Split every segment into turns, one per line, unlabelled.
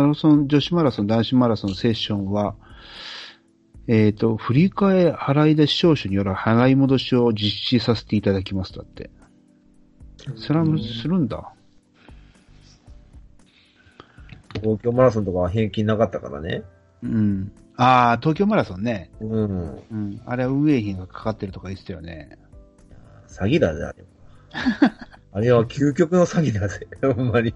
マラソン、女子マラソン、男子マラソンセッションは、えっ、と、振り替え払い出し証書による払い戻しを実施させていただきます。だって。それはするんだ。
東京マラソンとかは平均なかったからね。
うん。ああ、東京マラソンね。
うん。
うん。あれは運営費がかかってるとか言ってたよね。
詐欺だぜ、あれはあれは究極の詐欺だぜ、ほんまに。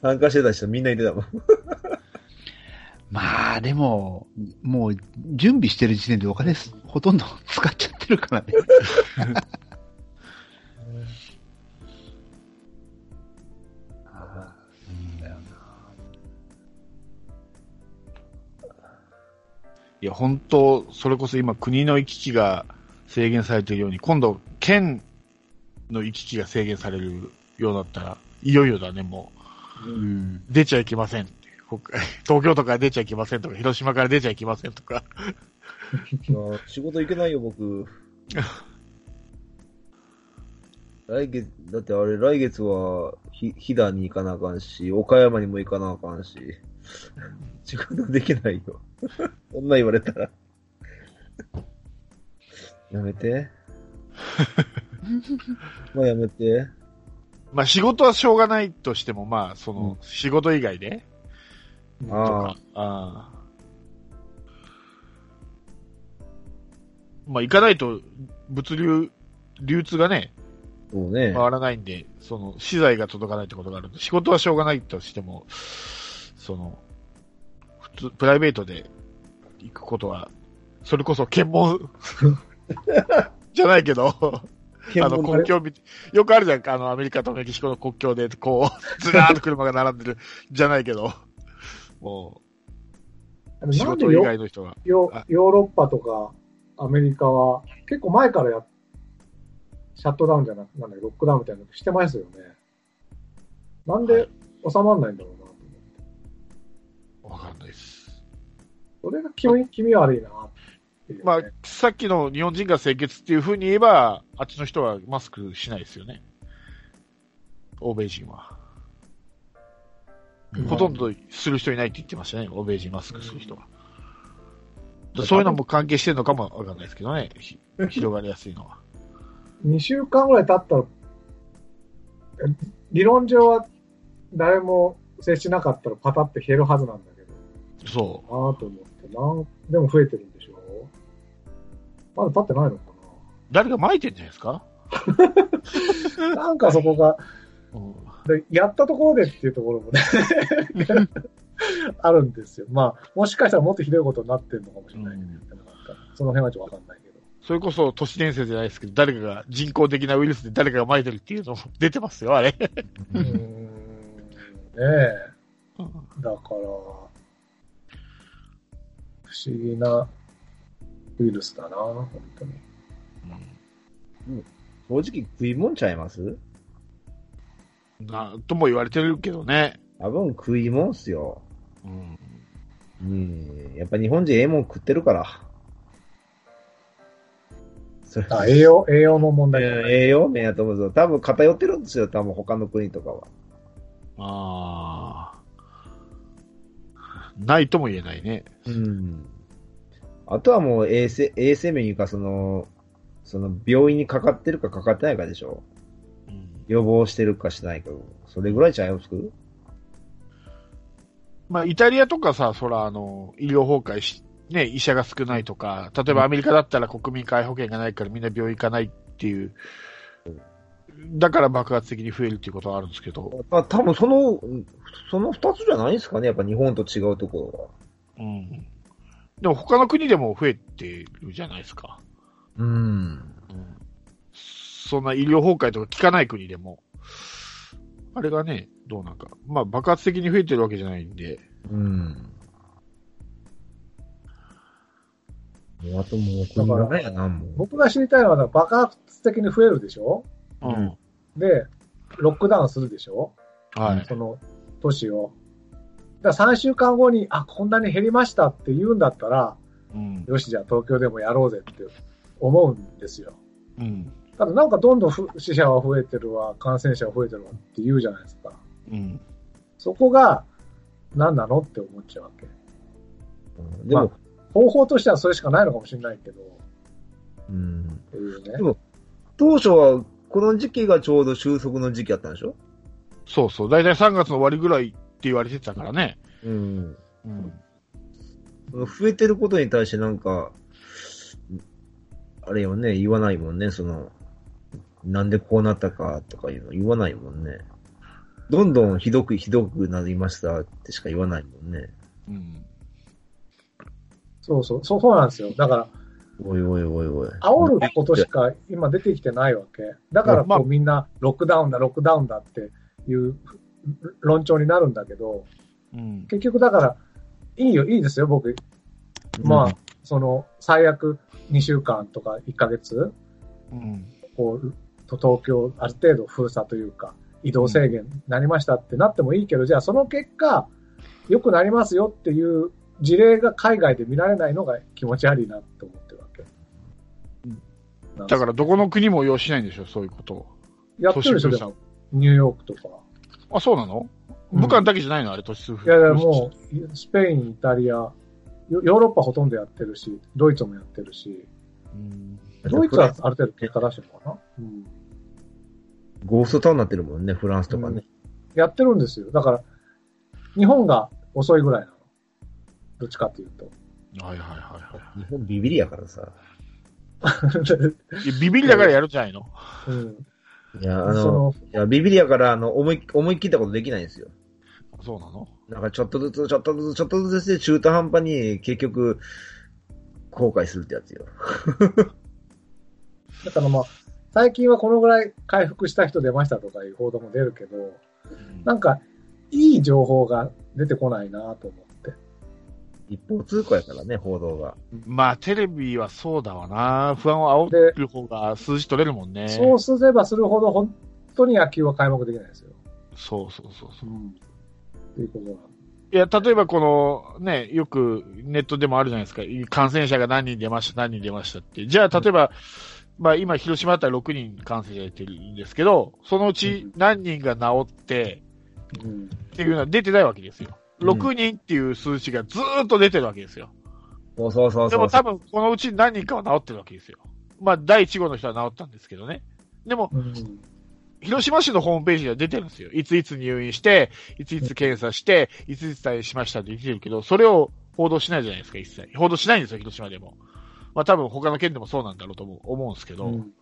参加してた人みんないてたもん。
まあ、でも、もう、準備してる時点でお金すほとんど使っちゃってるからね。あーそうだよない
や、本当それこそ今、国の行き来が制限されているように、今度、県の行き来が制限されるようになったら、いよいよだね、も
うん。
う。出ちゃいけませんって。北東京とか出ちゃいけませんとか、 広島から出ちゃいけませんとか。
あ仕事行けないよ、僕。来月、だってあれ、来月は、ひ、飛騨に行かなあかんし、岡山にも行かなあかんし、 仕事できないよ。そんな言われたら。やめて。まあやめて。
まあ、仕事はしょうがないとしても、まあ、その、仕事以外で、と
ああ
か、、ああ。まあ、行かないと、物流、流通がね、
そうね。
回らないんで、その、資材が届かないってことがあるんで、仕事はしょうがないとしても、その、普通、プライベートで行くことは、それこそ検 問、じゃないけど、あの、国境み、よくあるじゃんあの、アメリカとメキシコの国境で、こう、 ずらーっと車が並んでる、じゃないけど、も
あ
う、
の
仕
なんで
事以
よ
外の人が。
ヨ
あ
ヨーロッパとかアメリカは結構前からやシャットダウンじゃなくなんだっけロックダウンみたいなのしてますよね。なん
は
で収まらないんだろうなと思って。
わかんないです。
それが気味気味悪いなっていう、ね。
まあ、さっきの日本人が清潔っていう風に言えば、あっちの人はマスクしないですよね。欧米人は。
うん
ほとんどする人いないって言ってましたね、欧米人マスクする人は。そういうのも関係してるのかもわかんないですけどね、ひ広がりやすいのは。
2週間ぐらい経ったら、え理論上は誰も接しなかったらパタって消えるはずなんだけど
そ
なぁと思って、なんでも増えてるんでしょまだ経ってないのか
う。誰が巻いてんじゃないですか、
ななんかそこ が、
うん、
でやったところでっていうところもね、 あるんですよ。まあ、もしかしたらもっとひどいことになってるのかもしれないけど、
うん
その辺はちょっとわかんないけど。
それこそ都市伝説じゃないですけど、誰かが人工的なウイルスで誰かが巻いてるっていうのも出てますよ、あれ。
うーん、ねえ。だから、不思議なウイルスだな、本当に。
正直食いもんちゃいます
なとも言われてるけどね。
多分食いもんっすよ。
う
う
ん
ん。やっぱ日本人ええもん食ってるから。それ
あ栄養、栄養の問題
うん栄養面やと思うぞ。多分偏ってるんですよ、多分他の国とかは。
ああ。ないとも言えないね。
うん。あとはもう衛生、衛生面いうか、その、その病院にかかってるかかかってないかでしょ。予防してるかしないか。それぐらいちゃいます
まあ、イタリアとかさ、そら、あの、医療崩壊し、ね、医者が少ないとか、例えばアメリカだったら国民皆保険がないからみんな病院行かないっていう、だから爆発的に増えるっていうことはあるんですけど、
まあ、多分その、その二つじゃないですかね。やっぱ日本と違うとこ
うん。でも他の国でも増えてるじゃないですか。
ろは。うん。
そんな医療崩壊とか効かない国でも、あれがね、どうなんか、まあ爆発的に増えてるわけじゃないんで、
うん。もうあともう、この長いやな、もう。
僕が知りたいのは、爆発的に増えるでしょ
うん。
で、ロックダウンするでしょ
はい。
その都市を。だから3週間後に、あ、こんなに減りましたって言うんだったら、
うん。
よし、じゃあ東京でもやろうぜって思うんですよ。
うん。
ただなんかどんどんふ死者は増えてるわ、感染者は増えてるわって言うじゃないですか。
うん。
そこが何なのって思っちゃうわけ。
うんでも、
ま方法としてはそれしかないのかもしれないけど、
うん。
っていうね
で。も当初は、この時期がちょうど収束の時期だったんでしょ
そうそう。だいたい3月の終わりぐらいって言われてたからね。
うん。
うん。
増えてることに対してなんか、あれよね、言わないもんね、その、なんでこうなったかとかいうの言わないもんね。どんどんひどくひどくなりましたってしか言わないもんね。
うん。
そうそう、そうそうなんですよ。だから、
おいおいおいおい。
煽ることしか今出てきてないわけ。だから
まあ
こうみんなロックダウンだ、ロックダウンだっていう論調になるんだけど、
うん。
結局だから、いいよ、いいですよ、僕。
うん
まあ、その、最悪2週間とか1ヶ月、
うん。
こう、と東京ある程度封鎖というか、移動制限になりましたってなってもいいけど、じゃあその結果、良くなりますよっていう事例が海外で見られないのが気持ち悪いなと思ってるわけ。なん
だからどこの国も用意しないんでしょ、そういうことを。
やってるでし
都市封
ょ、で
鎖
も
を
ニューヨークとか。
あ、そうなの、
うん
武漢だけじゃないのあれ、都市封
いやいや、もう、スペイン、イタリア、ヨヨーロッパほとんどやってるし、ドイツもやってるし、
うん。
ドイツはある程度結果出してるのかな、うん、
ゴーストタウンになってるもんね、フランスとかね。
やってるんですよ。だから、日本が遅いぐらいなの。どっちかっていうと。
はいはいはい
日本ビビリやからさ。
はいいや。ビビりだからやるんじゃないの
うん、
いや、あ
そ
の、
の
いやビビリやから、あの、思い、思い切ったことできないんですよ。
そうなの
なんかちょっとずつ、ちょっとずつ、ちょっとずつで中途半端に結局、後悔するってやつよ。
だからまあ、最近はこのぐらい回復した人出ましたとかいう報道も出るけど、なんか、いい情報が出てこないなと思って。
一方通行やからね、報道が。
まあ、テレビはそうだわな。不安を煽る方が数字取れるもんね。
そうすればするほど本当に野球は開幕できないですよ。
そうそうそうそう。
っていうことなんで
いや、例えばこの、ね、よくネットでもあるじゃないですか。感染者が何人出ました、何人出ましたって。じゃあ、例えば、まあ今、広島だったら6人感染者が出てるんですけど、そのうち何人が治って
うん
っていうのは出てないわけですよ。
うん
6人っていう数値がずーっと出てるわけですよ。
そうそうそう
で
そう。
も多分、このうち何人かは治ってるわけですよ。まあ、第1号の人は治ったんですけどね。でも、
うん
広島市のホームページには出てるんですよ。いついつ入院して、いついつ検査して、いついつ退しましたって出てるけど、それを報道しないじゃないですか、一切。報道しないんですよ、広島でも。まあ多分他の県でもそうなんだろうと思う思うんですけど、
うん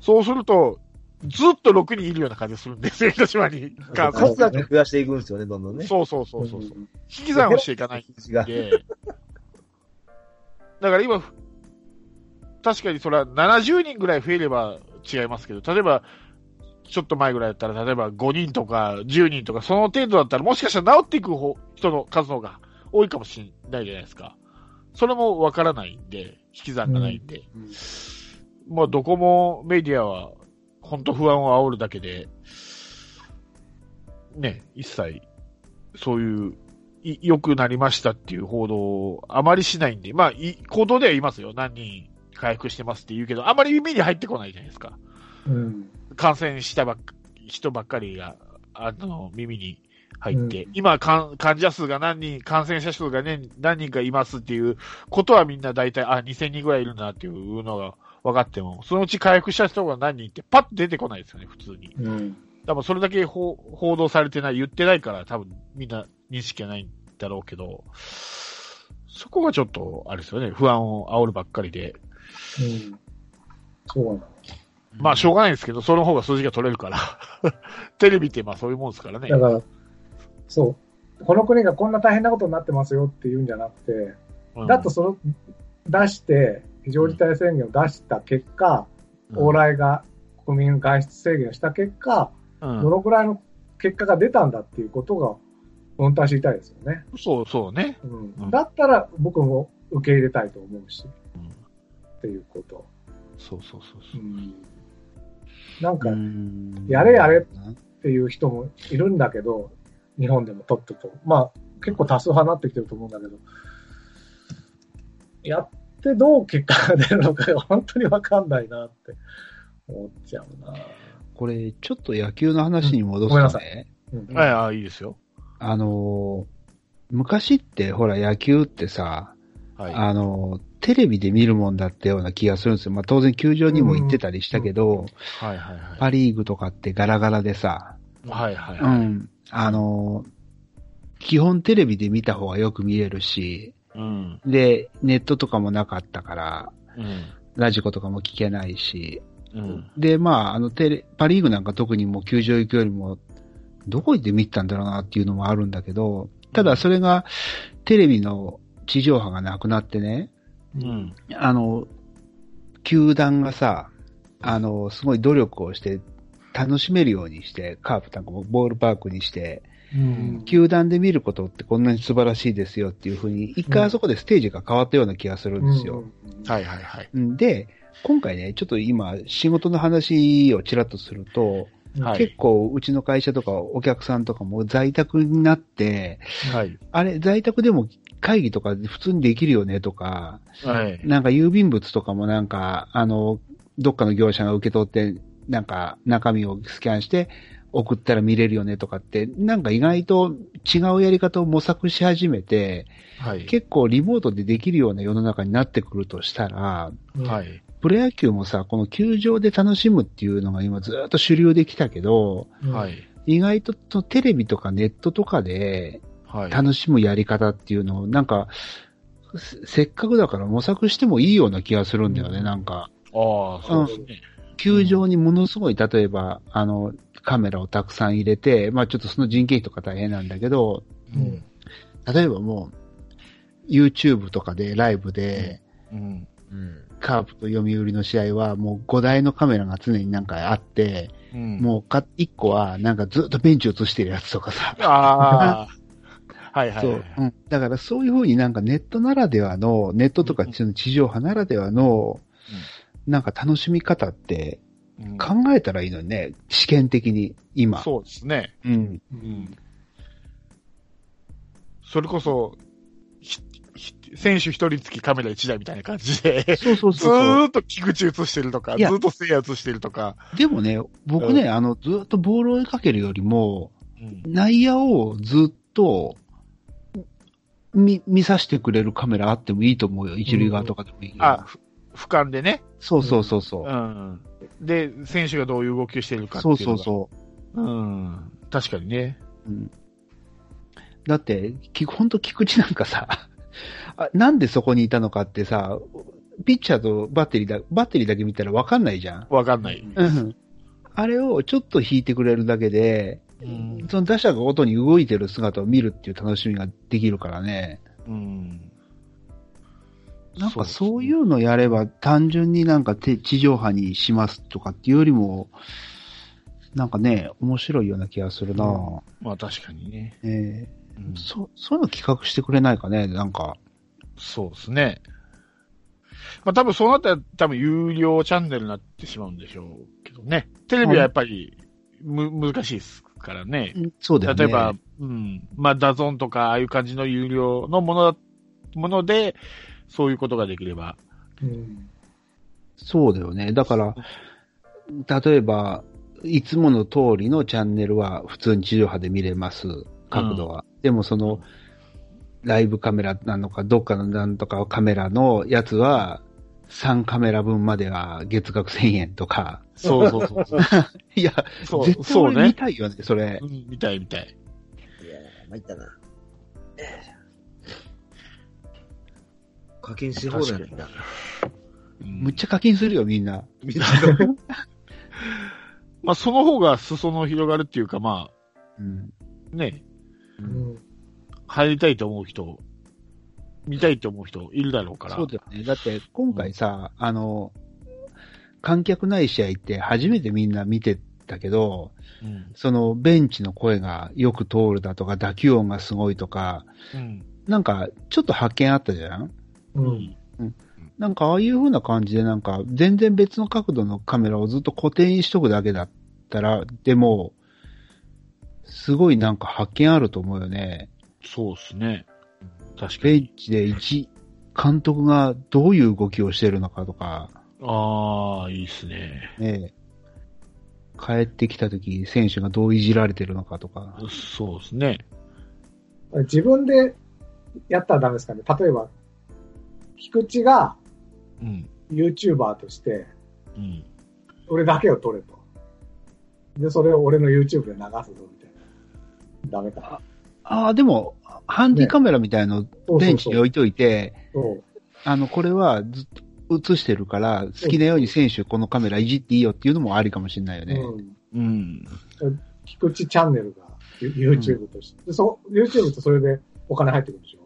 そうすると、ずっと6人いるような感じがするんですよ、広島に。感染
数だけ増やしていくんですよね、どんどんね。
そうそうそうそうそう。引き算をしていかない
数が
んで。だから今、確かにそれは70人ぐらい増えれば違いますけど、例えば、ちょっと前ぐらいだったら、例えば5人とか10人とか、その程度だったら、もしかしたら治っていく方人の数の方が多いかもしれないじゃないですか。それもわからないんで、引き算がないんで。
うん
まあ、どこもメディアは、本当不安を煽るだけで、ね、一切、そういう、い良くなりましたっていう報道をあまりしないんで、まあ、い行動では言いますよ。何人回復してますって言うけど、あまり耳に入ってこないじゃないですか。
うん
感染したばっか人ばっかりが、あの、耳に入って、今かん、患者数が何人、感染者数が、ね、何人かいますっていうことはみんな大体、あ、2000人ぐらいいるんだなっていうのが分かっても、そのうち回復した人が何人ってパッと出てこないですよね、普通に。
うん
多分それだけ報報道されてない、言ってないから、多分みんな認識がないんだろうけど、そこがちょっと、あれですよね、不安を煽るばっかりで、
そうなの。
まあ、しょうがないですけど、その方が数字が取れるから。 テレビってまあそういうもんですからね。
だから、そう。この国がこんな大変なことになってますよって言うんじゃなくて、
うん
だとその、出して、非常事態宣言を出した結果、往来が国民外出制限をした結果、
うん
どのくらいの結果が出たんだっていうことが、本当は知りたいですよね。
そうそうね。
うん、だったら僕も受け入れたいと思うし、
うん
っていうこと。
そうそうそう
う
そう。
ん、なんか、
うん
やれやれっていう人もいるんだけど、日本でもとっとと。まあ、結構多数派になってきてると思うんだけど、やってどう結果が出るのか、 本当にわかんないなって思っちゃうな。
これ、ちょっと野球の話に戻すとね、
うん
はい、ああ、いいですよ。
あのー昔ってほら野球ってさ、
はい。
あのーテレビで見るもんだったような気がするんですよ。まあ当然球場にも行ってたりしたけど、
はいはいはい。
パリーグとかってガラガラでさ、
はいはいうはい。
ん、あのー基本テレビで見た方がよく見えるし、
うん。
で、ネットとかもなかったから、
うん。
ラジコとかも聞けないし、
うん。
で、まあ、あのテレ、パリーグなんか特にもう球場行くよりも、どこ行って見てたんだろうなっていうのもあるんだけど、ただそれが、テレビの地上波がなくなってね、
うん。
あの、球団がさ、あの、すごい努力をして、楽しめるようにして、カープなんかもボールパークにして、
うん。
球団で見ることってこんなに素晴らしいですよっていうふうに、一回あそこでステージが変わったような気がするんですよ。
はいはいはい。
うんで、今回ね、ちょっと今、仕事の話をちらっとすると、
はい
結構うちの会社とかお客さんとかも在宅になって、
はい。
あれ、在宅でも会議とか普通にできるよねとか、
はい。
なんか郵便物とかもなんか、あの、どっかの業者が受け取って、なんか中身をスキャンして送ったら見れるよねとかって、なんか意外と違うやり方を模索し始めて、
はい。
結構リモートでできるような世の中になってくるとしたら、
はいい。
プロ野球もさ、この球場で楽しむっていうのが今ずっと主流できたけど、
はい。
意外とそのテレビとかネットとかで
はい。
楽しむやり方っていうのを、なんか、せせっかくだから模索してもいいような気がするんだよね、
うん
なんか。
ああ、そうですね。
球場にものすごい、例えば、あの、カメラをたくさん入れて、まあちょっとその人件費とか大変なんだけど、
うん。
例えばもう、YouTube とかでライブで、
うん。
うん。
カープと読売の試合はもう5台のカメラが常になんかあって、
うん。
もうか1個はなんかずっとベンチ映してるやつとかさ、
ああ。はいはい
そ
は
う
い。。
うんだからそういうふうになんかネットならではの、ネットとか地地上波ならではの、なんか楽しみ方って
うん
考えたらいいのにね、試験的に、今。
そうですね。
うん。
うん。それこそ、ひひ選手一人つきカメラ一台みたいな感じで、
そうそう
ず
そうそ
ーっと菊池映してるとか、
い
ず
や
ーっとせいや映してるとか、
う。でもね、僕ね、あの、ずっとボールを追いかけるよりも、内野をずっと、見、見させてくれるカメラあってもいいと思うよ。一塁側とかでもいいけど。
あ、ふ俯瞰でね。
そうそうそうそうう。
ん。で、選手がどういう動きをしてるかってい
そううそう
う
そう。
そう。うん。確かにね。
うんだって、きほんと菊池なんかさ、 あなんでそこにいたのかってさ、ピッチャーとバッテリーだ、バッテリーだけ見たらわかんないじゃん。
わかんない。
うん。あれをちょっと引いてくれるだけで、
うん。
その打者が音に動いてる姿を見るっていう楽しみができるからね。
うん。
なんかそういううのやれば単純になんかて地上波にしますとかっていうよりも、なんかね、面白いような気がするな、ぁ
ですね。まあ確かにね。
ええ
うん
そ、そういうの企画してくれないかね、なんか。
そうですね。まあ多分そうなったら多分有料チャンネルになってしまうんでしょうけどね。テレビはやっぱりむ、難しいですからね。
そうだよね。
例えば、うん。まあダゾンとかああいう感じの有料のものだ、もので、そういうことができれば。
うん
そうだよね。だから、例えば、いつもの通りのチャンネルは普通に地上波で見れます、角度は。でもその、ライブカメラなのか、どっかのなんとかカメラのやつは、3カメラ分までは月額1000円とか。
そうそうそ うそう。
いや、
そう
絶対
そう
俺見
ね。
たいよね、それ
う。ん、見たい見たい。
いやー、参ったな。課金し放題なんだ。
うん
むっちゃ課金するよ、みんな。
みんな
まあその方が裾野広がるっていうか、ま
うん。
あね、
うん
入りたいと思う人、見たいと思う人いるだろうから。
そうだよね。だって、今回さ、あの、観客ない試合って初めてみんな見てたけど、
うん。
そのベンチの声がよく通るだとか、打球音がすごいとか、
うん。
なんかちょっと発見あったじゃん
うん
なんかああいう風な感じで、なんか全然別の角度のカメラをずっと固定にしとくだけだったら、でも、すごいなんか発見あると思うよね。
そうですね。確か
ベ
に。
ンチで一、監督がどういう動きをしてるのかとか、
ああ、いいっすね。
ね帰ってきた時、選手がどういじられてるのかとか、
そうですね。
自分でやったらダメですかね。例えば、菊池が
うん。
YouTuber として、
うん。
俺だけを撮れと。で、それを俺の YouTube で流すぞ、みたいな。ダメか。
ああ、でも、ハンディカメラみたいの
そうそ
電
う
池
そ
に
う。
置いといて、
そう
あの、これはずっと映してるから、好きなように選手このカメラいじっていいよっていうのもありかもしれないよね。
うん。
うん。
菊池チャンネルが YouTube として。でそ YouTube ってそれでお金入ってくるでしょ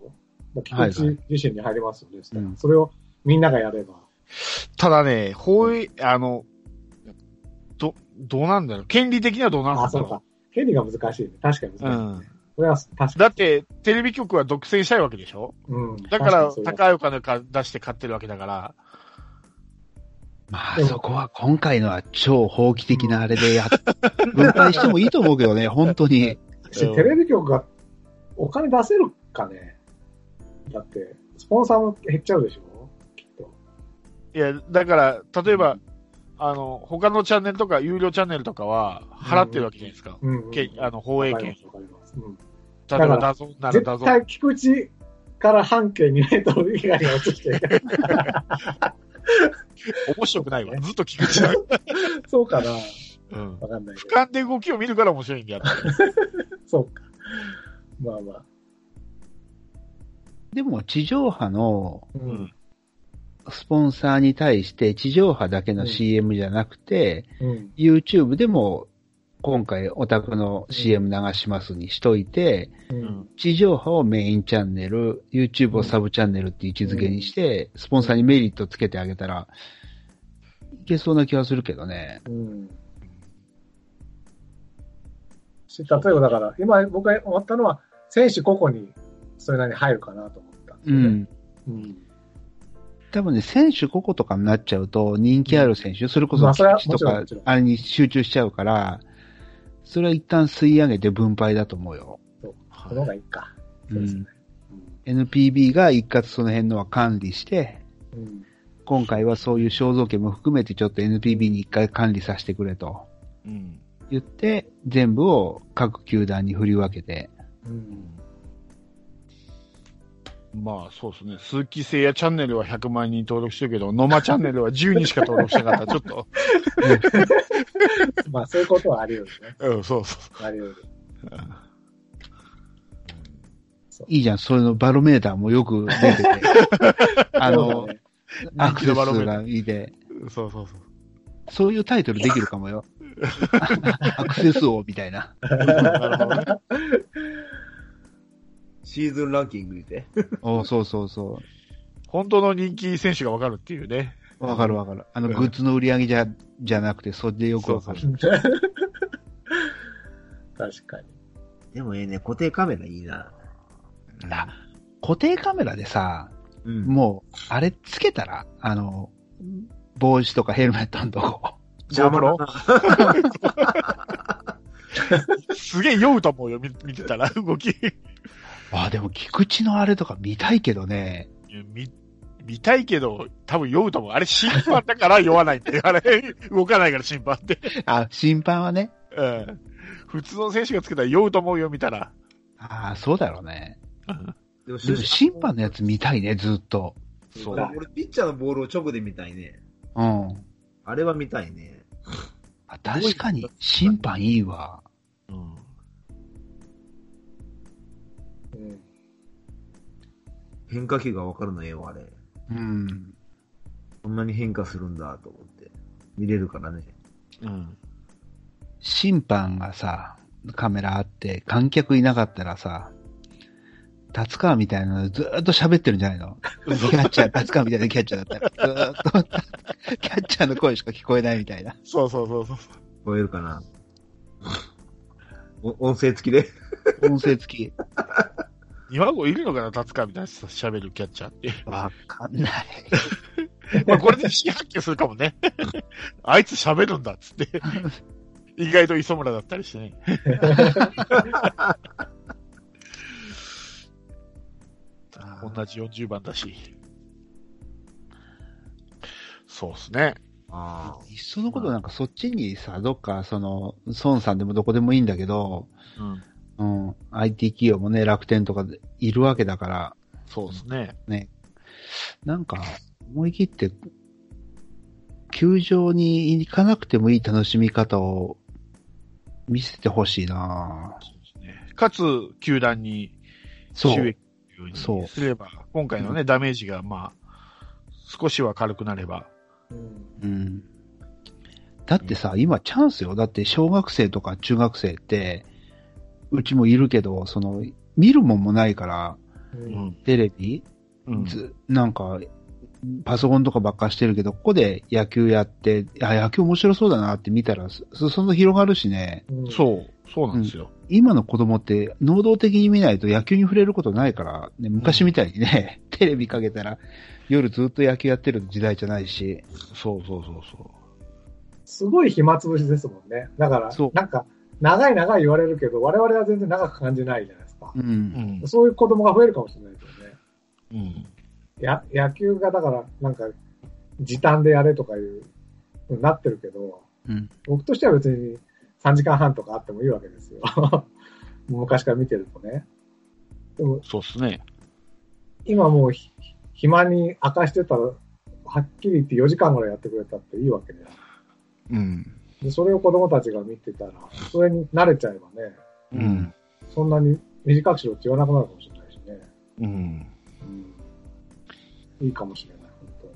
だから菊池自身に入りますよね。そしたら
うん
それをみんながやれば。
ただね、法営、あの、ど、どうなんだろう。権利的にはどうなんだろう。
あ、そうか。権利が難しいね。確かに難しい、ね。
うん
これは確かに。
だって、テレビ局は独占したいわけでしょ
うん、
だから
確、にそう
高いお金か出して買ってるわけだから。
まあ、
でも
そこは今回のは超法規的なあれでやっ、分配してもいいと思うけど ね、本当に。
しテレビ局がお金出せるかねだって、スポンサーも減っちゃうでしょきっと。
いや、だから、例えば、あの、他のチャンネルとか、有料チャンネルとかは、払ってるわけじゃないですか。
うん、うん。
けあの、放映
わかりま
権。
すわかりますうん
例え
だか
ば、
ら
ダゾーンならダ
絶
ゾーン。
対菊池から半径2メートル以外に落としてる。
面白くないわ。ずっと聞くじゃん。
そうかな
うん。
わかんないけ
俯瞰で動きを見るから面白いんだよ。
ど。そうか。まあまあ。
でも、地上波の
うんん。
スポンサーに対して、地上波だけ
う
の
ん
CM じゃなくて、
うん。
YouTube でも、今回オタクの CM 流しますにしといて、
うん。
地上波をメインチャンネル、YouTube をサブチャンネルって位置づけにして、スポンサーにメリットつけてあげたら、いけそうな気がするけどね。
うん。し、例えばだから、今僕が思ったのは、選手個々にそれなりに入るかなと思ったんです
う
よね。
ん。
うん。
多分ね、選手個々とかになっちゃうと、人気ある選手、それこ
ま
そ
あそれは
菊池と
もちろん
か
もちろん、
あれに集中しちゃうから、それは一旦吸い上げて分配だと思うよ。
この方がいいか。そうですね。
NPB が一括その辺のは管理して、
うん。うん
今回はそういう肖像権も含めてちょっと NPB に一回管理させてくれと
うん。
言って、全部を各球団に振り分けて、
うん。
まあ、そうですね。鈴木誠也チャンネルは100万人登録してるけど、野間チャンネルは10人しか登録してな かった。ちょっと。
まあ、そういうことはあり得るね。
うん、そうそ
あり得る。
いいじゃん、それのバロメーターもよく出てて、あ
そう
の
だ、ね
アクセス数がいいで。
う。そうそうそう。
そういうタイトルできるかもよ。アクセス王みたいな。
なるほどね。
シーズンランキング見て。
おそうそうそ
本当の人気選手がわかるっていうね。
う。わかるわかる。あの、グッズの売り上げじゃ、じゃなくて、それでよくわかる。
そう
確かに。
でもええね、固定カメラいいな。
あ固定カメラでさ、
うん。
もう、あれつけたら、あの、帽子とかヘルメットのとこ。
邪魔だ
GoPro？すげえ酔うと思うよ、見見てたら、動き。
あ、でも、菊池のあれとか見たいけどね。
見、見たいけど、多分酔うと思う。あれ、審判だから酔わないって。あれ、動かないから審判って。
あ、審判はね。
うん。普通の選手がつけたら酔うと思うよ、見たら。
ああ、そうだろうね。
でも
でも、審判のやつ見たいね、ずっと。
そう。俺、ピッチャーのボールを直で見たいね。
うん。
あれは見たいね。
あ確かに、審判いいわ。
うん。
うん。
変化球がわかるのええわ、あれ。
うん。
こんなに変化するんだと思って。見れるからね。
うん。
審判がさ、カメラあって、観客いなかったらさ、立川みたいなのずーっと喋ってるんじゃないのキャッチャ ー、立川みたいなキャッチャーだったら、ずーっと、キャッチャーの声しか聞こえないみたいな。
そうそうそうそう。
聞こえるかな。お音声付きで。
音声付き。
今頃いるのかな、立川みたいなさ喋るキャッチャーって。
わかんない。
まあ、これで新発見するかもね。 あいつ喋るんだっつって。意外と磯村だったりしてね。同じ40番だし。そうっすね。
あ
いっそのことなんかそっちにさ、どっか、その、孫さんでもどこでもいいんだけど、
うん。
うん。IT 企業もね、楽天とかでいるわけだから、
そうですね。
なんか、思い切って、球場に行かなくてもいい楽しみ方を見せてほしいなぁ
かつ、球団に
そ
収
う
益。をよ
そう
うにすれば、今回のね、ダメージが、まあ、少しは軽くなれば。
うん
うん。だってさ、今チャンスよ。だって小学生とか中学生って、うちもいるけど、その、見るもんもないから、
う
うんん。
テレビ、
うん。
ずなんか、パソコンとかばっかしてるけど、ここで野球やって、あ、野球面白そうだなって見たら、そ、その広がるしね、
うん
そう、そうなんですよ。
今の子供って能動的に見ないと野球に触れることないから、ね、昔みたいにね、テレビかけたら夜ずっと野球やってる時代じゃないし、
そうそうそうそ
すごい暇つぶしですもんね。だから
そう、
なんか、長い長い言われるけど、我々は全然長く感じないじゃないですか
う。。
う。うんん。
そういう子供が増えるかもしれないですよね。
うん。
や、野球がだから、なんか、時短でやれとかいう、なってるけど、
うん。
僕としては別に3時間半とかあってもいいわけですよ。 昔から見てるとね。でも、
そうですね。
今もうひ、暇に明かしてたら、はっきり言って4時間ぐらいやってくれたっていいわけじゃん。
うん。
で、それを子供たちが見てたら、それに慣れちゃえばね、
うん。
そんなに短くしろって言わなくなるかもしれないしね。
うん。
いいかもしれない、本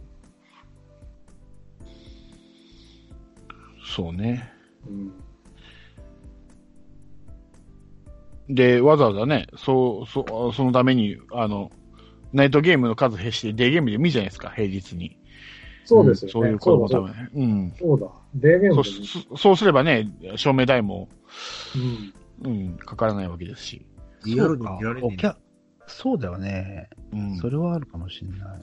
そうね。
当に。うん。
で、わざわざね、そう、そう、そのために、あの、ナイトゲームの数減して、デーゲームでもいいじゃないですか、平日に。
そうですよね。
そういう子供た
そうだ
め。うん。
そうだ。デーゲー
そ
ム
う
でもいい
そそうすればね、照明代も、う
うん。
ん、かからないわけですし。
リアルに見られ
そうかお
ねえ
客そうだよね。
うん。
それはあるかもしれな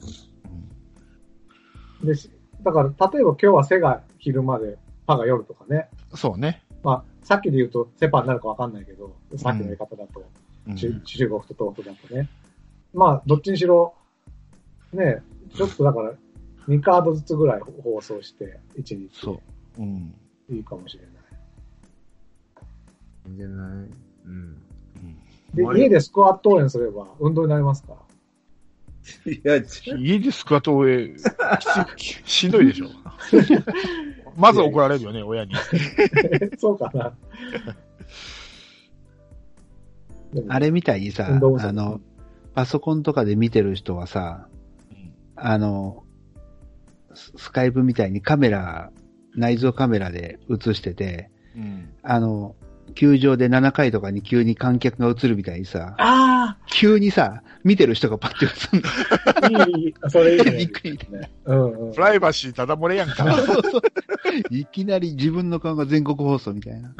い。
でし、だから、例えば今日はセが昼まで、パが夜とかね。
そうね。
まあ、さっきで言うとセパになるかわかんないけど、さっきの言い方だと、
うん
中中国と東北だとね。まあ、どっちにしろ、ね、ちょっとだから、2カードずつぐらい放送して、1日。
そう。うん。
いいかもしれない。
いいんじゃないうん。
で
はい
家でスクワット応援すれば運動になります から。
いや、ち
家でスクワットをえ、きつしんどいでし ょ。まず怒られるよね、親に。
そう かな。でも
あれみたいにさ、
運動不足
あの、パソコンとかで見てる人はさ、あの、ススカイプみたいにカメラ、内蔵カメラで映してて、
うん。
あの、球場で7回とかに急に観客が映るみたいにさ、
あ
急にさ、見てる人がパッて映るん だ。
あいいいい、それいいね。
びっくり
ね。うんうん。
プライバシーただ漏れやんか。
そうそういきなり自分の顔が全国放送みたいな。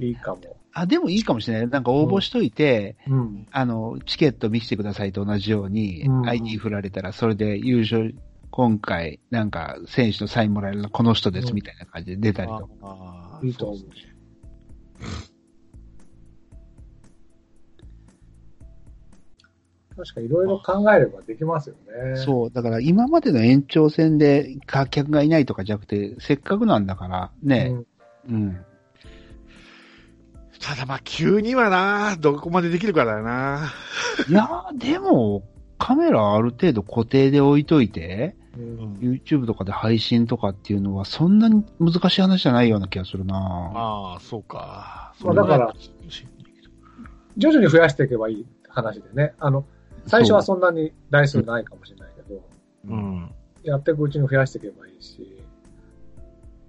いいかも。
あ、でもいいかもしれない。なんか応募しといて、
うん。
あの、チケット見せてくださいと同じように、
うん
ID 振られたら、それで優勝、今回、なんか、選手のサインもらえるのはこの人で
う
す
ん
みたいな感じで出たりとか。
あ
いいと思う
そですね
確かいろいろ考えればできますよね。う。
そう、だから今までの延長戦で観客がいないとかじゃなくて、せっかくなんだから、ね、
ん、
うん。
ただまあ、急にはな、どこまでできるかだよな。
いやー、でも、カメラある程度固定で置いといて、
うん。
YouTube とかで配信とかっていうのは、そんなに難しい話じゃないような気がするな
ああ、そうか。
まあだから徐々に増やしていけばいい話でね。あの、最初はそんなに台数ないかもしれないけど、
うん。
やっていくうちに増やしていけばいいし。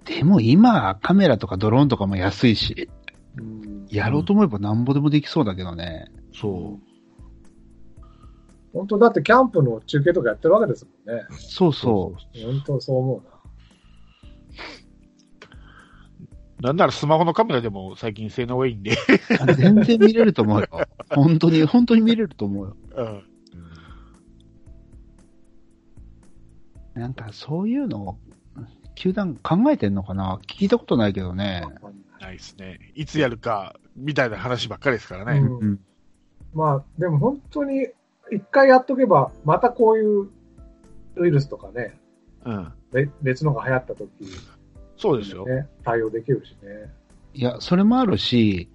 でも今、カメラとかドローンとかも安いし。
うん。
やろうと思えばなんぼでもできそうだけどね。
そ
本当だってキャンプの中継とかやってるわけですもんね。
そうそう。
本当そう思う
う。
な。
なんならスマホのカメラでも最近性能がいいんで。
全然見れると思うよ。本当に、本当に見れると思うよ。
うん。
なんかそういうのを、球団考えてんのかな聞いたことないけどね。
ないですね。いつやるか、みたいな話ばっかりですから
う
ね。
んまあ、でも本当に、一回やっとけば、またこういうウイルスとかね、
うん。
べ別のが流行った時
そうですよ。
ね、対応できるしね。
いや、それもあるし、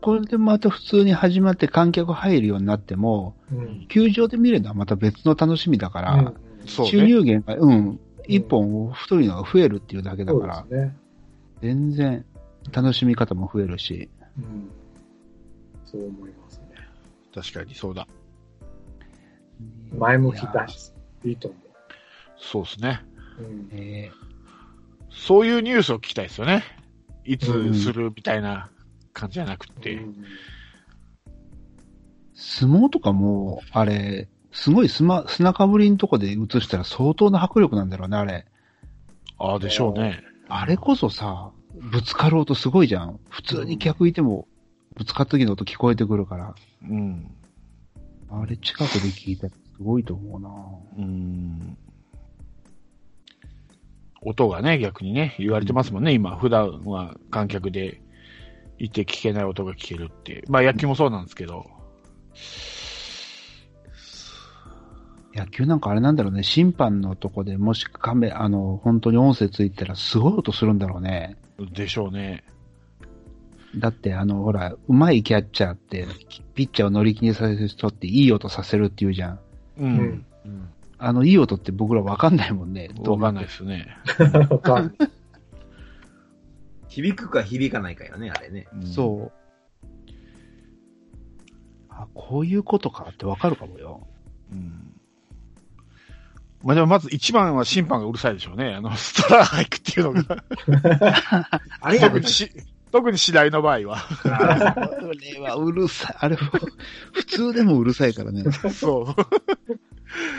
これでまた普通に始まって観客入るようになっても、
うん。
球場で見るのはまた別の楽しみだから、
うん
そう
収
ね。
入源が、うん、一本太いのが増えるっていうだけだ
そ
か
うで
ら、
すね。
全然楽しみ方も増えるし、
うん。そう思いますね。
確かにそうだ。
前向きだし、いいと思
そうですね。
う。うん
い。や。え
そういうニュースを聞きたいですよね。い
うん
つするみたいな感じじゃなくて。
うん
ー相撲とかも、あれ、すごい砂砂かぶりのとこで映したら相当な迫力なんだろうね、あれ。
ああ、でしょうね。
あれこそさ、ぶつかろうとすごいじゃん。普通に客いても、ぶつかった時の音聞こえてくるから。
うん。
あれ近くで聞いたらすごいと思うな
うん。音がね、逆にね、言われてますもんね、今。普段は観客でいて聞けない音が聞けるって。まあ野球もそうなんですけど。
野球なんかあれなんだろうね、審判のとこでもしカメ、あの、本当に音声ついたらすごい音するんだろうね。
でしょうね。
だってあの、ほら、うまいキャッチャーって、ピッチャーを乗り気にさせる人っていい音させるって言うじゃん。
う
うんん。
うん。
あの、いい音って僕らわかんないもんね。ど
わ
う
かんないですね。
わかんない
響くか響かないかよね、あれね。
うん
そう。あ、こういうことかってわかるかもよ。
うんまあでもまず一番は審判がうるさいでしょうね。あの、ストライクっていうのが。
あれや
特
る
にし、特に白井の場合は。
これはうるさい。あれ、普通でもうるさいから ね。
そう。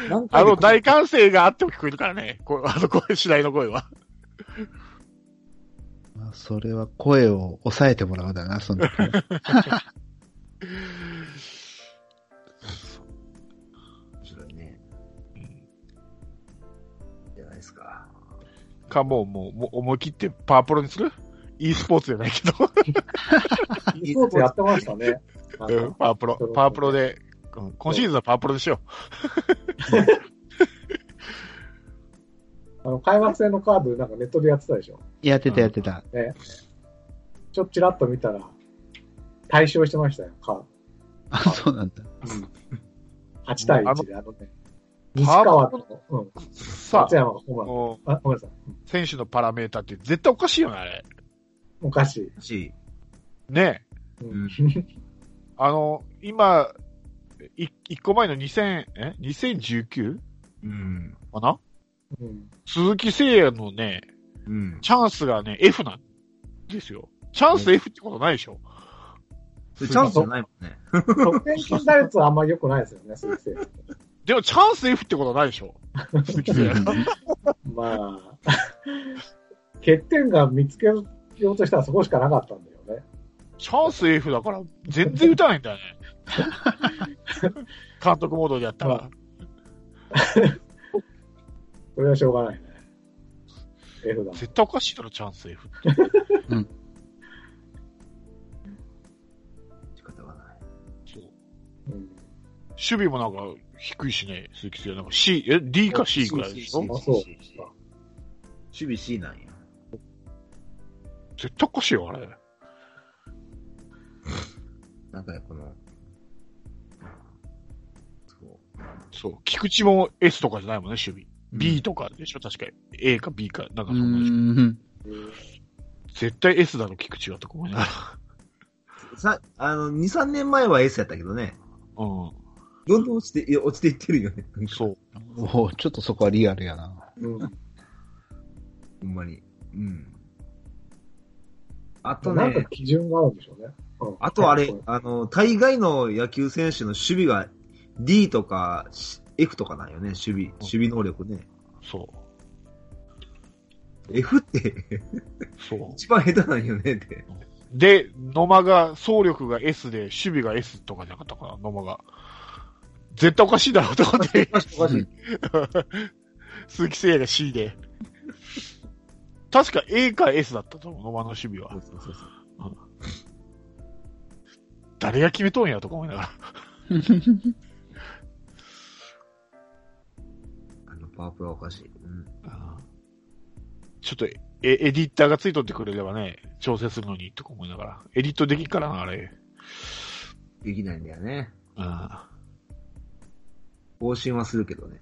何
あ
回で
の、大歓声があっても聞こえるからね。こうあの声、白井の声は。
まあそれは声を抑えてもらうだな、その時は
そうだね。じゃないですか。
か、もう、もう、もう思い切ってパワープロにする ?e スポーツじゃないけど。
e スポーツやってましたね。な
う
んか
んパワープロ、パワープロで、うん今シーズンはパワープロでしよ
あの、開幕戦のカードなんかネットでやってたでしょ。
やってた、やってた。
ね。ちょっとちらっと見たら、対勝してましたよ、カード。
あ、そうなんだ。
8対1で、あのね、西川と、うん、
う。さ
松山がホーム
あ、
ラン
もう、
あ、ごめんなさい。うん
選手のパラメーターって絶対おかしいよね、あれ。
おかしい。
し、
ねえ。
うん
あの、今、い、一個前の2000、え ?2019?
うん。
かな
うん
鈴木誠也のね、
うん。
チャンスがね、F なんですよ。チャンス F ってことないでしょ、
それチャンスじゃないもんね。
得点圏打率はあんまり良くないですよね、鈴木選手。
でもチャンス F ってことないでしょ鈴木誠也が。
まあ、 欠点が見つけようとしたらそこしかなかったんだよね。
チャンス F だから全然打たないんだ よね。監督モードでやったら。
それはしょうがないね。F だ。
絶対おかしいだろ、チャンス F って。
仕方がない。
そう
うん
守備もなんか低いしね、鈴木誠也。なんか C、え、D か C ぐらいでしょ
あ、そうか。
守備 C なんや。
絶対おかしいよ、あれ。
なんかこの、そう。
そう。菊池も S とかじゃないもんね、守備。B とかでしょ確か A か B か、なんか
う
そんなでしょ
ん。
絶対 S だろ、菊池はとか思いながら。
さ、あの、2、3年前は S やったけどね。
う
どんどん落ちて、いや落ちていってるよね。
ん。そう。
おうちょっとそこはリアルやな。
うん
ほんまに。うん。あと
なんか
ね、
基準があるんでしょうね。うん
あとあれ、あの、大概の野球選手の守備が D とか F とかなんよね、守備、守備能力ね。
そ
F って
う。そう。
一番下手なんよねって。
で、野間が、走力が S で、守備が S とかじゃなかったかな、野間が。絶対おかしいだろ、とかって。
おかしい。
鈴木誠也が C で。確か A か S だったと思う、野間の守備は。
そうそうそう
誰が決めとんや、とか思いながら。
あの、パワープロはおかしい。うん。
うんちょっとエ、エディターがついとってくれればね、調整するのに、とか思いながら。エディットできっからな、あれ。
できないんだよね。
うん。
更新はするけどね。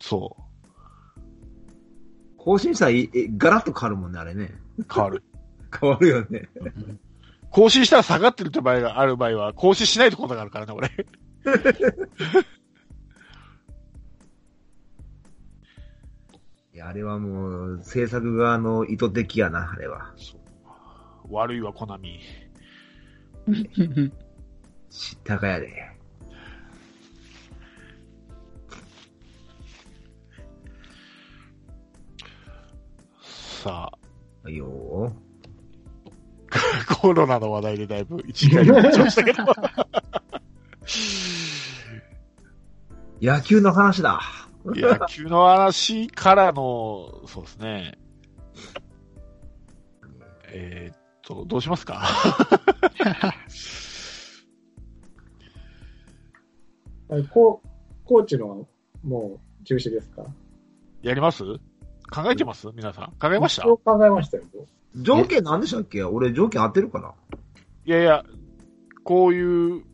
そ
更新したらいえガラッと変わるもんね、あれね。
う。変わる。
変わるよね。
更新したら下がってるって場合がある場合は、更新しないとことがあるからね、俺。
いや、あれはもう、制作側の意図的やな、あれは。
悪いわ、コナミ。
知ったかやで。
さ
いいよ
あ、 コロナの話題でだいぶ一概に落ちましたけ ど。
ー。野球の話だ。
野球の話からの、そうですね。えーっと、どうしますか
あれコーコーチのはもう中止ですか
やります考えてます皆さん。考えました
一応考えましたよ。
条件何でしたっけ俺条件当てるかない
やいや、こういう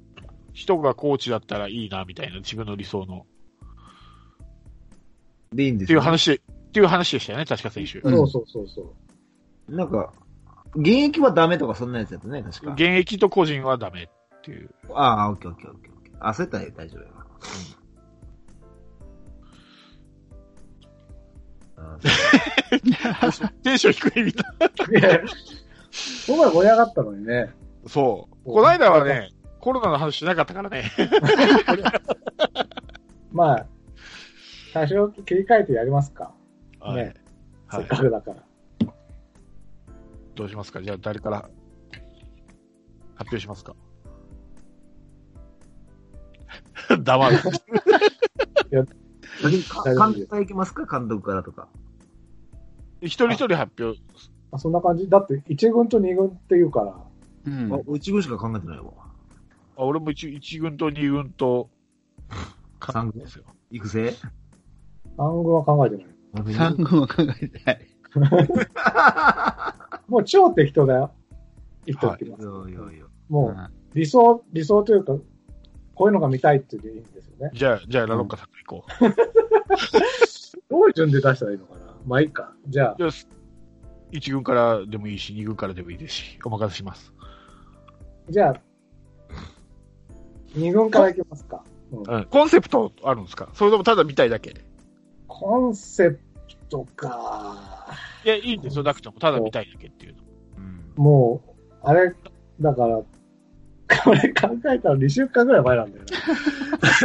人がコーチだったらいいな、みたいな、自分の理想の。
でいいんで
っ
す
ていう
よ。
話で、っていう話でしたよね、確か選手。
うん
そうそうそうそう。
なんか、現役はダメとかそんなやつやったね、確か。
現役と個人はダメっていう。
ああ、オッケーオッケーオッケーオッケー。焦ったら大丈夫やわ。 あー
テンション低いみたい。
そこまで盛り上がったの にね。
そう。こないだはね、コロナの話しなかったからね。
まあ、多少切り替えてやりますか。
はい。は
せっ
い
か。くだから。
どうしますかじゃあ誰から発表しますか 黙る。
先にか
大丈夫
監
です
督から行きますか監督からとか。
一人一人発表。
あそんな感じだって、1軍と2軍っていうから、
うん
あ、うちぐしか考えてないわ。
あ俺も一一軍と二軍と、
三軍
ですよ。
育成
3軍は考えてない。
三軍は考えてない。
もう超適当だよ。言っておきます。
よいよいよ。
もう、理想、理想というか、こういうのが見たいっていうのでいいんですよね。
じゃあ、じゃあ、ラロッカさんから行こう。
どういう順で出したらいいのかなまあいいか。じゃあ、
じゃあ、一軍からでもいいし、二軍からでもいいですし、お任せします。
じゃあ、2軍からいきますか。うん
うん。コンセプトあるんですかそれともただ見たいだけ
コンセプトか。
いや、いいんですよ。なくても、ただ見たいだけっていうの。
うん
もう、あれ、だから、これ考えたら2週間ぐらい前なんだよね。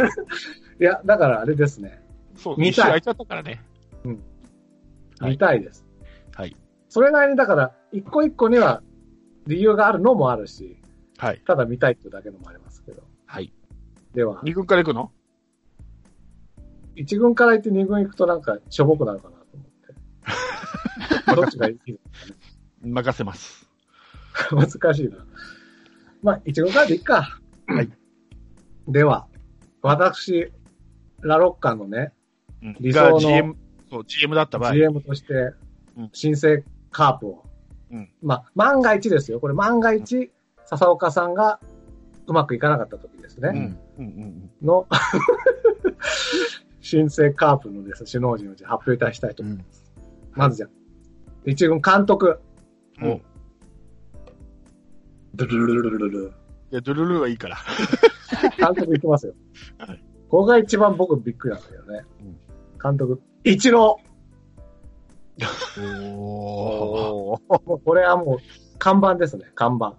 いや、だからあれですね。
そう、
見たい
一周空いちゃったからね。はい
見たいです。
はい。
それなりに、だから、一個一個には理由があるのもあるし、
はい。
ただ見たいっていうだけのもありますけど。
はい。
では、
二軍から行くの
一軍から行って二軍行くとなんかしょぼくなるかなと思 って。どっちがいい
任せます。
のか難しいな。まあ、一軍からでいいか。
はい。
では、私、ラロッカのね、
うん
理想の
が GM、そう、GM だった場合。
GM として
うん、
新生カープを、
うん
まあ、万が一ですよ。これ万が一、笹岡さんがうまくいかなかった時です
う
ね。
ん。
うんうん
の、 新生カープのですね、首脳陣をじゃあ発表いたしたいと思います。まずじゃあ、一軍監督。
うん。うん。
ドゥルルルルルル。
いや、ドゥルルーはいいから。
監督い きますよ。ここが一番僕びっくりなんだけどね。
うん
監督、一郎。
おー。
もうこれはもう、看板ですね、看板。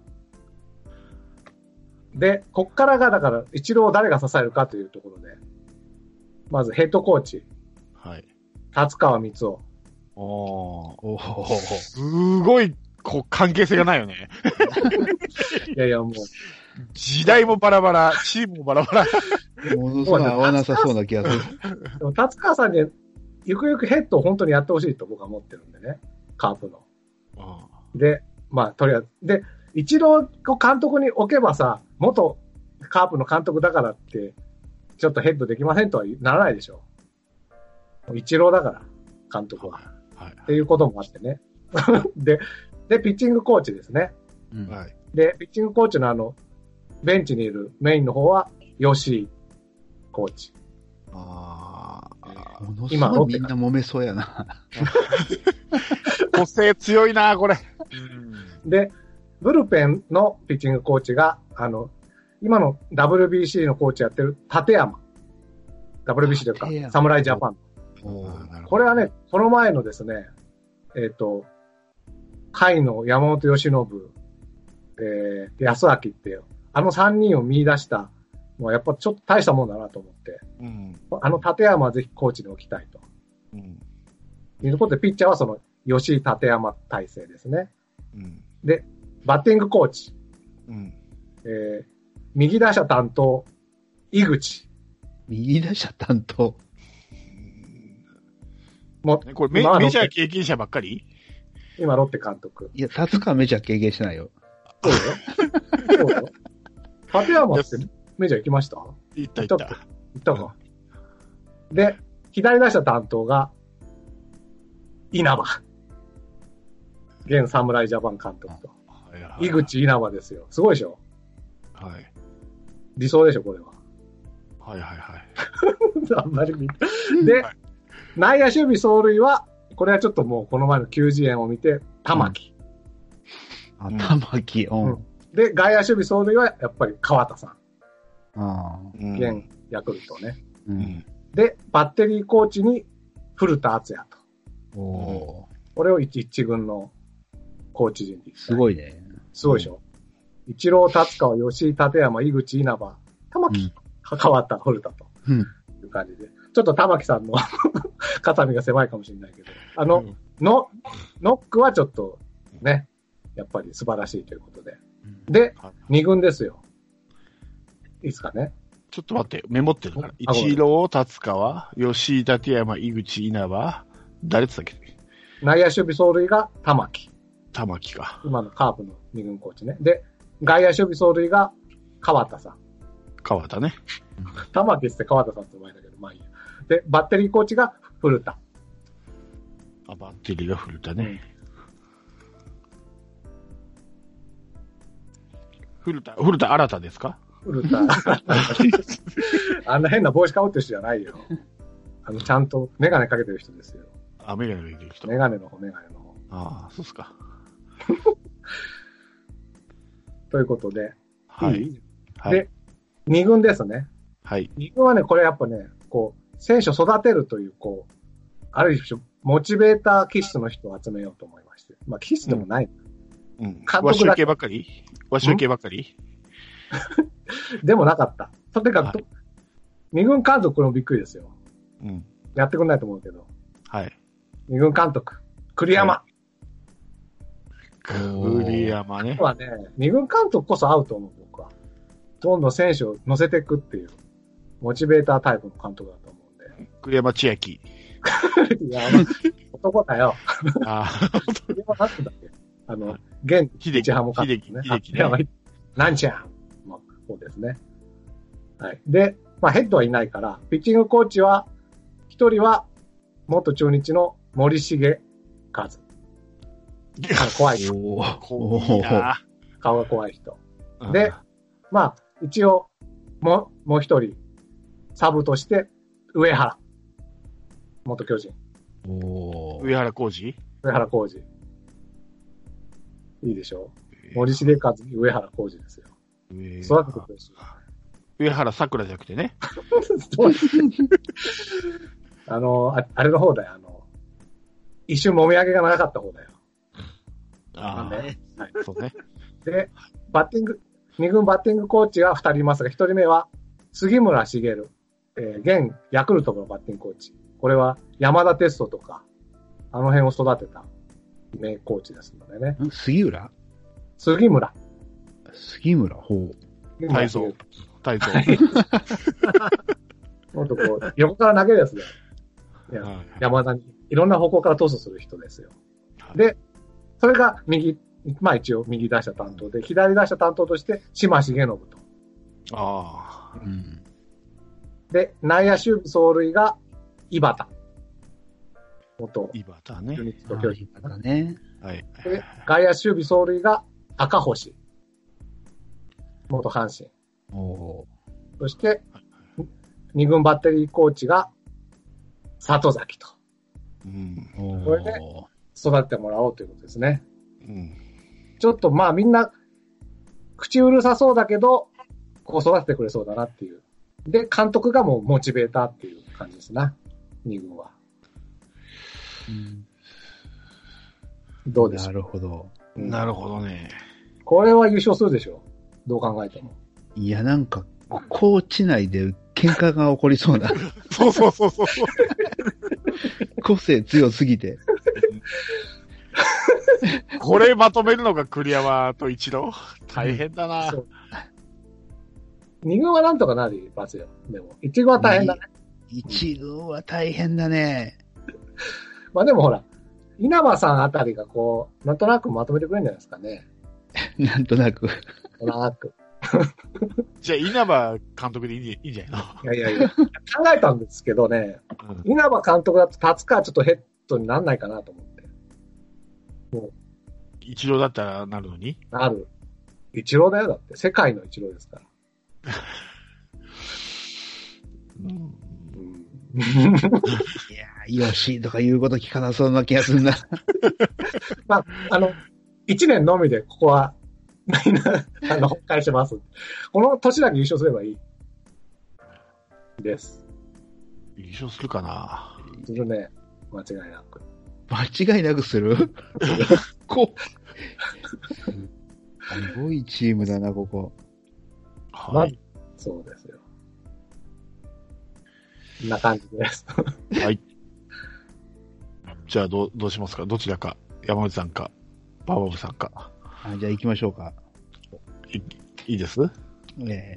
で、こっからが、だから、一郎を誰が支えるかというところで、まずヘッドコーチ、
はい。
達川光夫。
おー。すごい、こう、関係性がないよね。
いやいや、もう、
時代もバラバ ラ、チームもバラバラ。
ものすごい合わなさそうな気がする。
でも達川さんに、ゆくゆくヘッドを本当にやってほしいと僕は思ってるんでね、カープの。で、まあ、とりあえず、で、一郎を監督に置けばさ、元カープの監督だからって、ちょっとヘッドできませんとはならないでしょ。一郎だから、監督は。
はい
っていうこともあってね。 で、で、ピッチングコーチですね。
うん
はい。はい。
で、ピッチングコーチのあの、ベンチにいるメインの方は、吉井コーチ。
ああ。
ものす
今ロ
ご
ッ
い
テ
みんな揉めそうやな。
個性強いな、これ。
で、ブルペンのピッチングコーチが、あの、今の WBC のコーチやってる立山。WBC
立
という
山
か、侍ジャパン。
おー
なる
こ
ほど
れはね、この前のですね、えっ、と、会の山本由伸、えー、安明っていう、あの3人を見出したのは、やっぱちょっと大したもんだなと思って、
うん。
あの立山はぜひコーチに置きたいと。
うん。
いうことで、ピッチャーはその、吉井立山体制ですね。
うん。
バッティングコーチ、
うん。
えー、右打者担当、井口。
右打者担当。
も
これメ、
まあ
メジャー経験者ばっかり
今、ロッテ監督。
いや、立川メジャー経験してないよ。
そうよ。そうよ。立山ってメジャー行きました行
いったいった。
ったか。で、左打者担当が、稲葉。現侍ジャパン監督と。
はいはいはい
井。口稲葉ですよ。すごいでしょ
はい。
理想でしょこれは。
はいはいはい。
あんまり見てで、内野守備走塁は、これはちょっともうこの前の90円を見て、玉木。
あ、
うん
玉木、う
うんん。で、外野守備走塁はやっぱり川田さん。
ああ。
うん
現ヤクルトね。
う。
うんん。
で、バッテリーコーチに古田敦也と。
おー
これを一一軍のコーチ陣に。
す
い。
ごいね。
すごいでしょ。一郎、達川、吉井、立山、井口、稲葉、玉木、川田、古田と
うん。
いう感じで。ちょっと玉木さんの 肩身が狭いかもしれないけど。あの、の、ノックはちょっとね、やっぱり素晴らしいということで。で、
はい
2軍ですよ。いいですかね。
ちょっと待って、メモってるから。
あごめん
一郎、達川、吉井、立山、井口、稲葉、誰つったっけ
内野守備走塁が玉木。
玉木か。
今のカープの2軍コーチね。で、外野守備走塁が川田さん。
川田ね。
玉木っつって川田さんって名前だけど、まあいいや。で、バッテリーコーチが古田。
あ、バッテリーが古田ね。古田、古田新太ですか
古田。あんな変な帽子かぶってる人じゃないよ。あの、ちゃんとメガネかけてる人ですよ。
あ、メガネが出てる人。
メガネの方、メガネの方。
ああ、そうっすか。
ということで、
はいい。
い
はい
で。2軍ですね。
はい。
自分はね、これやっぱね、こう、選手を育てるという、こう、ある種、モチベーター気質の人を集めようと思いまして。まあ、気質でもない。
うん。
督だ
和集系ばっかり和集系ばっかり
でもなかった。とてか
は
く、二軍監督これもびっくりですよ。
うん。
やってくんないと思うけど。
はい。
二軍監督、栗山。
栗山ね。
はね、二軍監督こそ合うと思う、僕は。どんどん選手を乗せていくっていう、モチベータータイプの監督だと思うん
栗山千秋。
で。いや、まあ男だよ。
ああ、
栗山なんてだっけあの、現
秀樹。
日ハム監
秀
督
樹
ね。。
秀樹
あやば
ね。
いなんちゃん。まあ、そうですね。はい。で、まあ、ヘッドはいないから、ピッチングコーチは、一人は、元中日の森重 和。あの怖い。
おー
こういいな
顔が怖い人。
うん
で、まあ、一応、も、もう一人、サブとして、上原。元巨人。
おー
上原浩二
上原浩二。いいでしょう。森重和に上原浩二ですよ。
え
育
ー
ててくれる人
上原桜じゃなくてね。
そうですねあの、ああれの方だよ、あの、一瞬もみあげが長かった方だよ。
あ
なんで
あ、そうね。
で、バッティング、二軍バッティングコーチは二人いますが、一人目は杉村茂、えー現ヤクルトのバッティングコーチ。これは山田哲人とか、あの辺を育てた名コーチですのでね。
ん 杉浦
杉村。
杉村ほ
杉村
泰造。泰造。
もっとこう、横から投げるやつだよ。いや
はい
山田に、いろんな方向からトスする人ですよ。で、それが右、まあ一応右打者担当で、左打者担当として島重信と。
あ
う。うん。
で、内野守備走塁が井端。元
イバターね。
中日と巨人か
な
な。
んかね。
はい。
で、外野守備走塁が赤星。元阪神。
おー
そして、二軍バッテリーコーチが里崎と
うん。
おー
これね育ててもらおうということですね。
うん。
ちょっとまあみんな、口うるさそうだけど、こう育ててくれそうだなっていう。で、監督がもうモチベーターっていう感じですな。二軍は。
うん
どうでし
な
ょ
るほど。
う。
なるほどね。
うんこれは優勝するでしょう。どう考えても。
いや、なんか、コーチ内で喧嘩が起こりそうな。
そうそうそうそう。
個性強すぎて。
これまとめるのが栗山と一郎。大変だな
そ。う二軍はなんとかなりますよ。でも、一軍は大変だね。
一軍は大変だね。
まあでもほら、稲葉さんあたりがこう、なんとなくまとめてくれるんじゃないですかね。
なんとなく。
なんとなく。
じゃあ、稲葉監督でいいんじゃいいんじゃない
いやいやいや。考えたんですけどね、
の、うん
稲葉監督だと立つかちょっとヘッドになんないかなと思って。
一郎だったらなるのに
なる。一郎だよ、だって。世界の一郎ですから。
うん。
いやー、よしとか言うこと聞かなそうな気がするな。
まあ、あの、一年のみでここは、みんな、あの、崩壊します。この年だけ優勝すればいい。です。
優勝するかな
するね。間違いなく。
間違いなくするこすごいチームだな、ここ。
はい。
そうですよ。こんな感じです。
じゃあ、どう、どうしますかどちらか。山内さんか、バーバブさんか。
あじゃあ行きましょうか。
いいです
ええ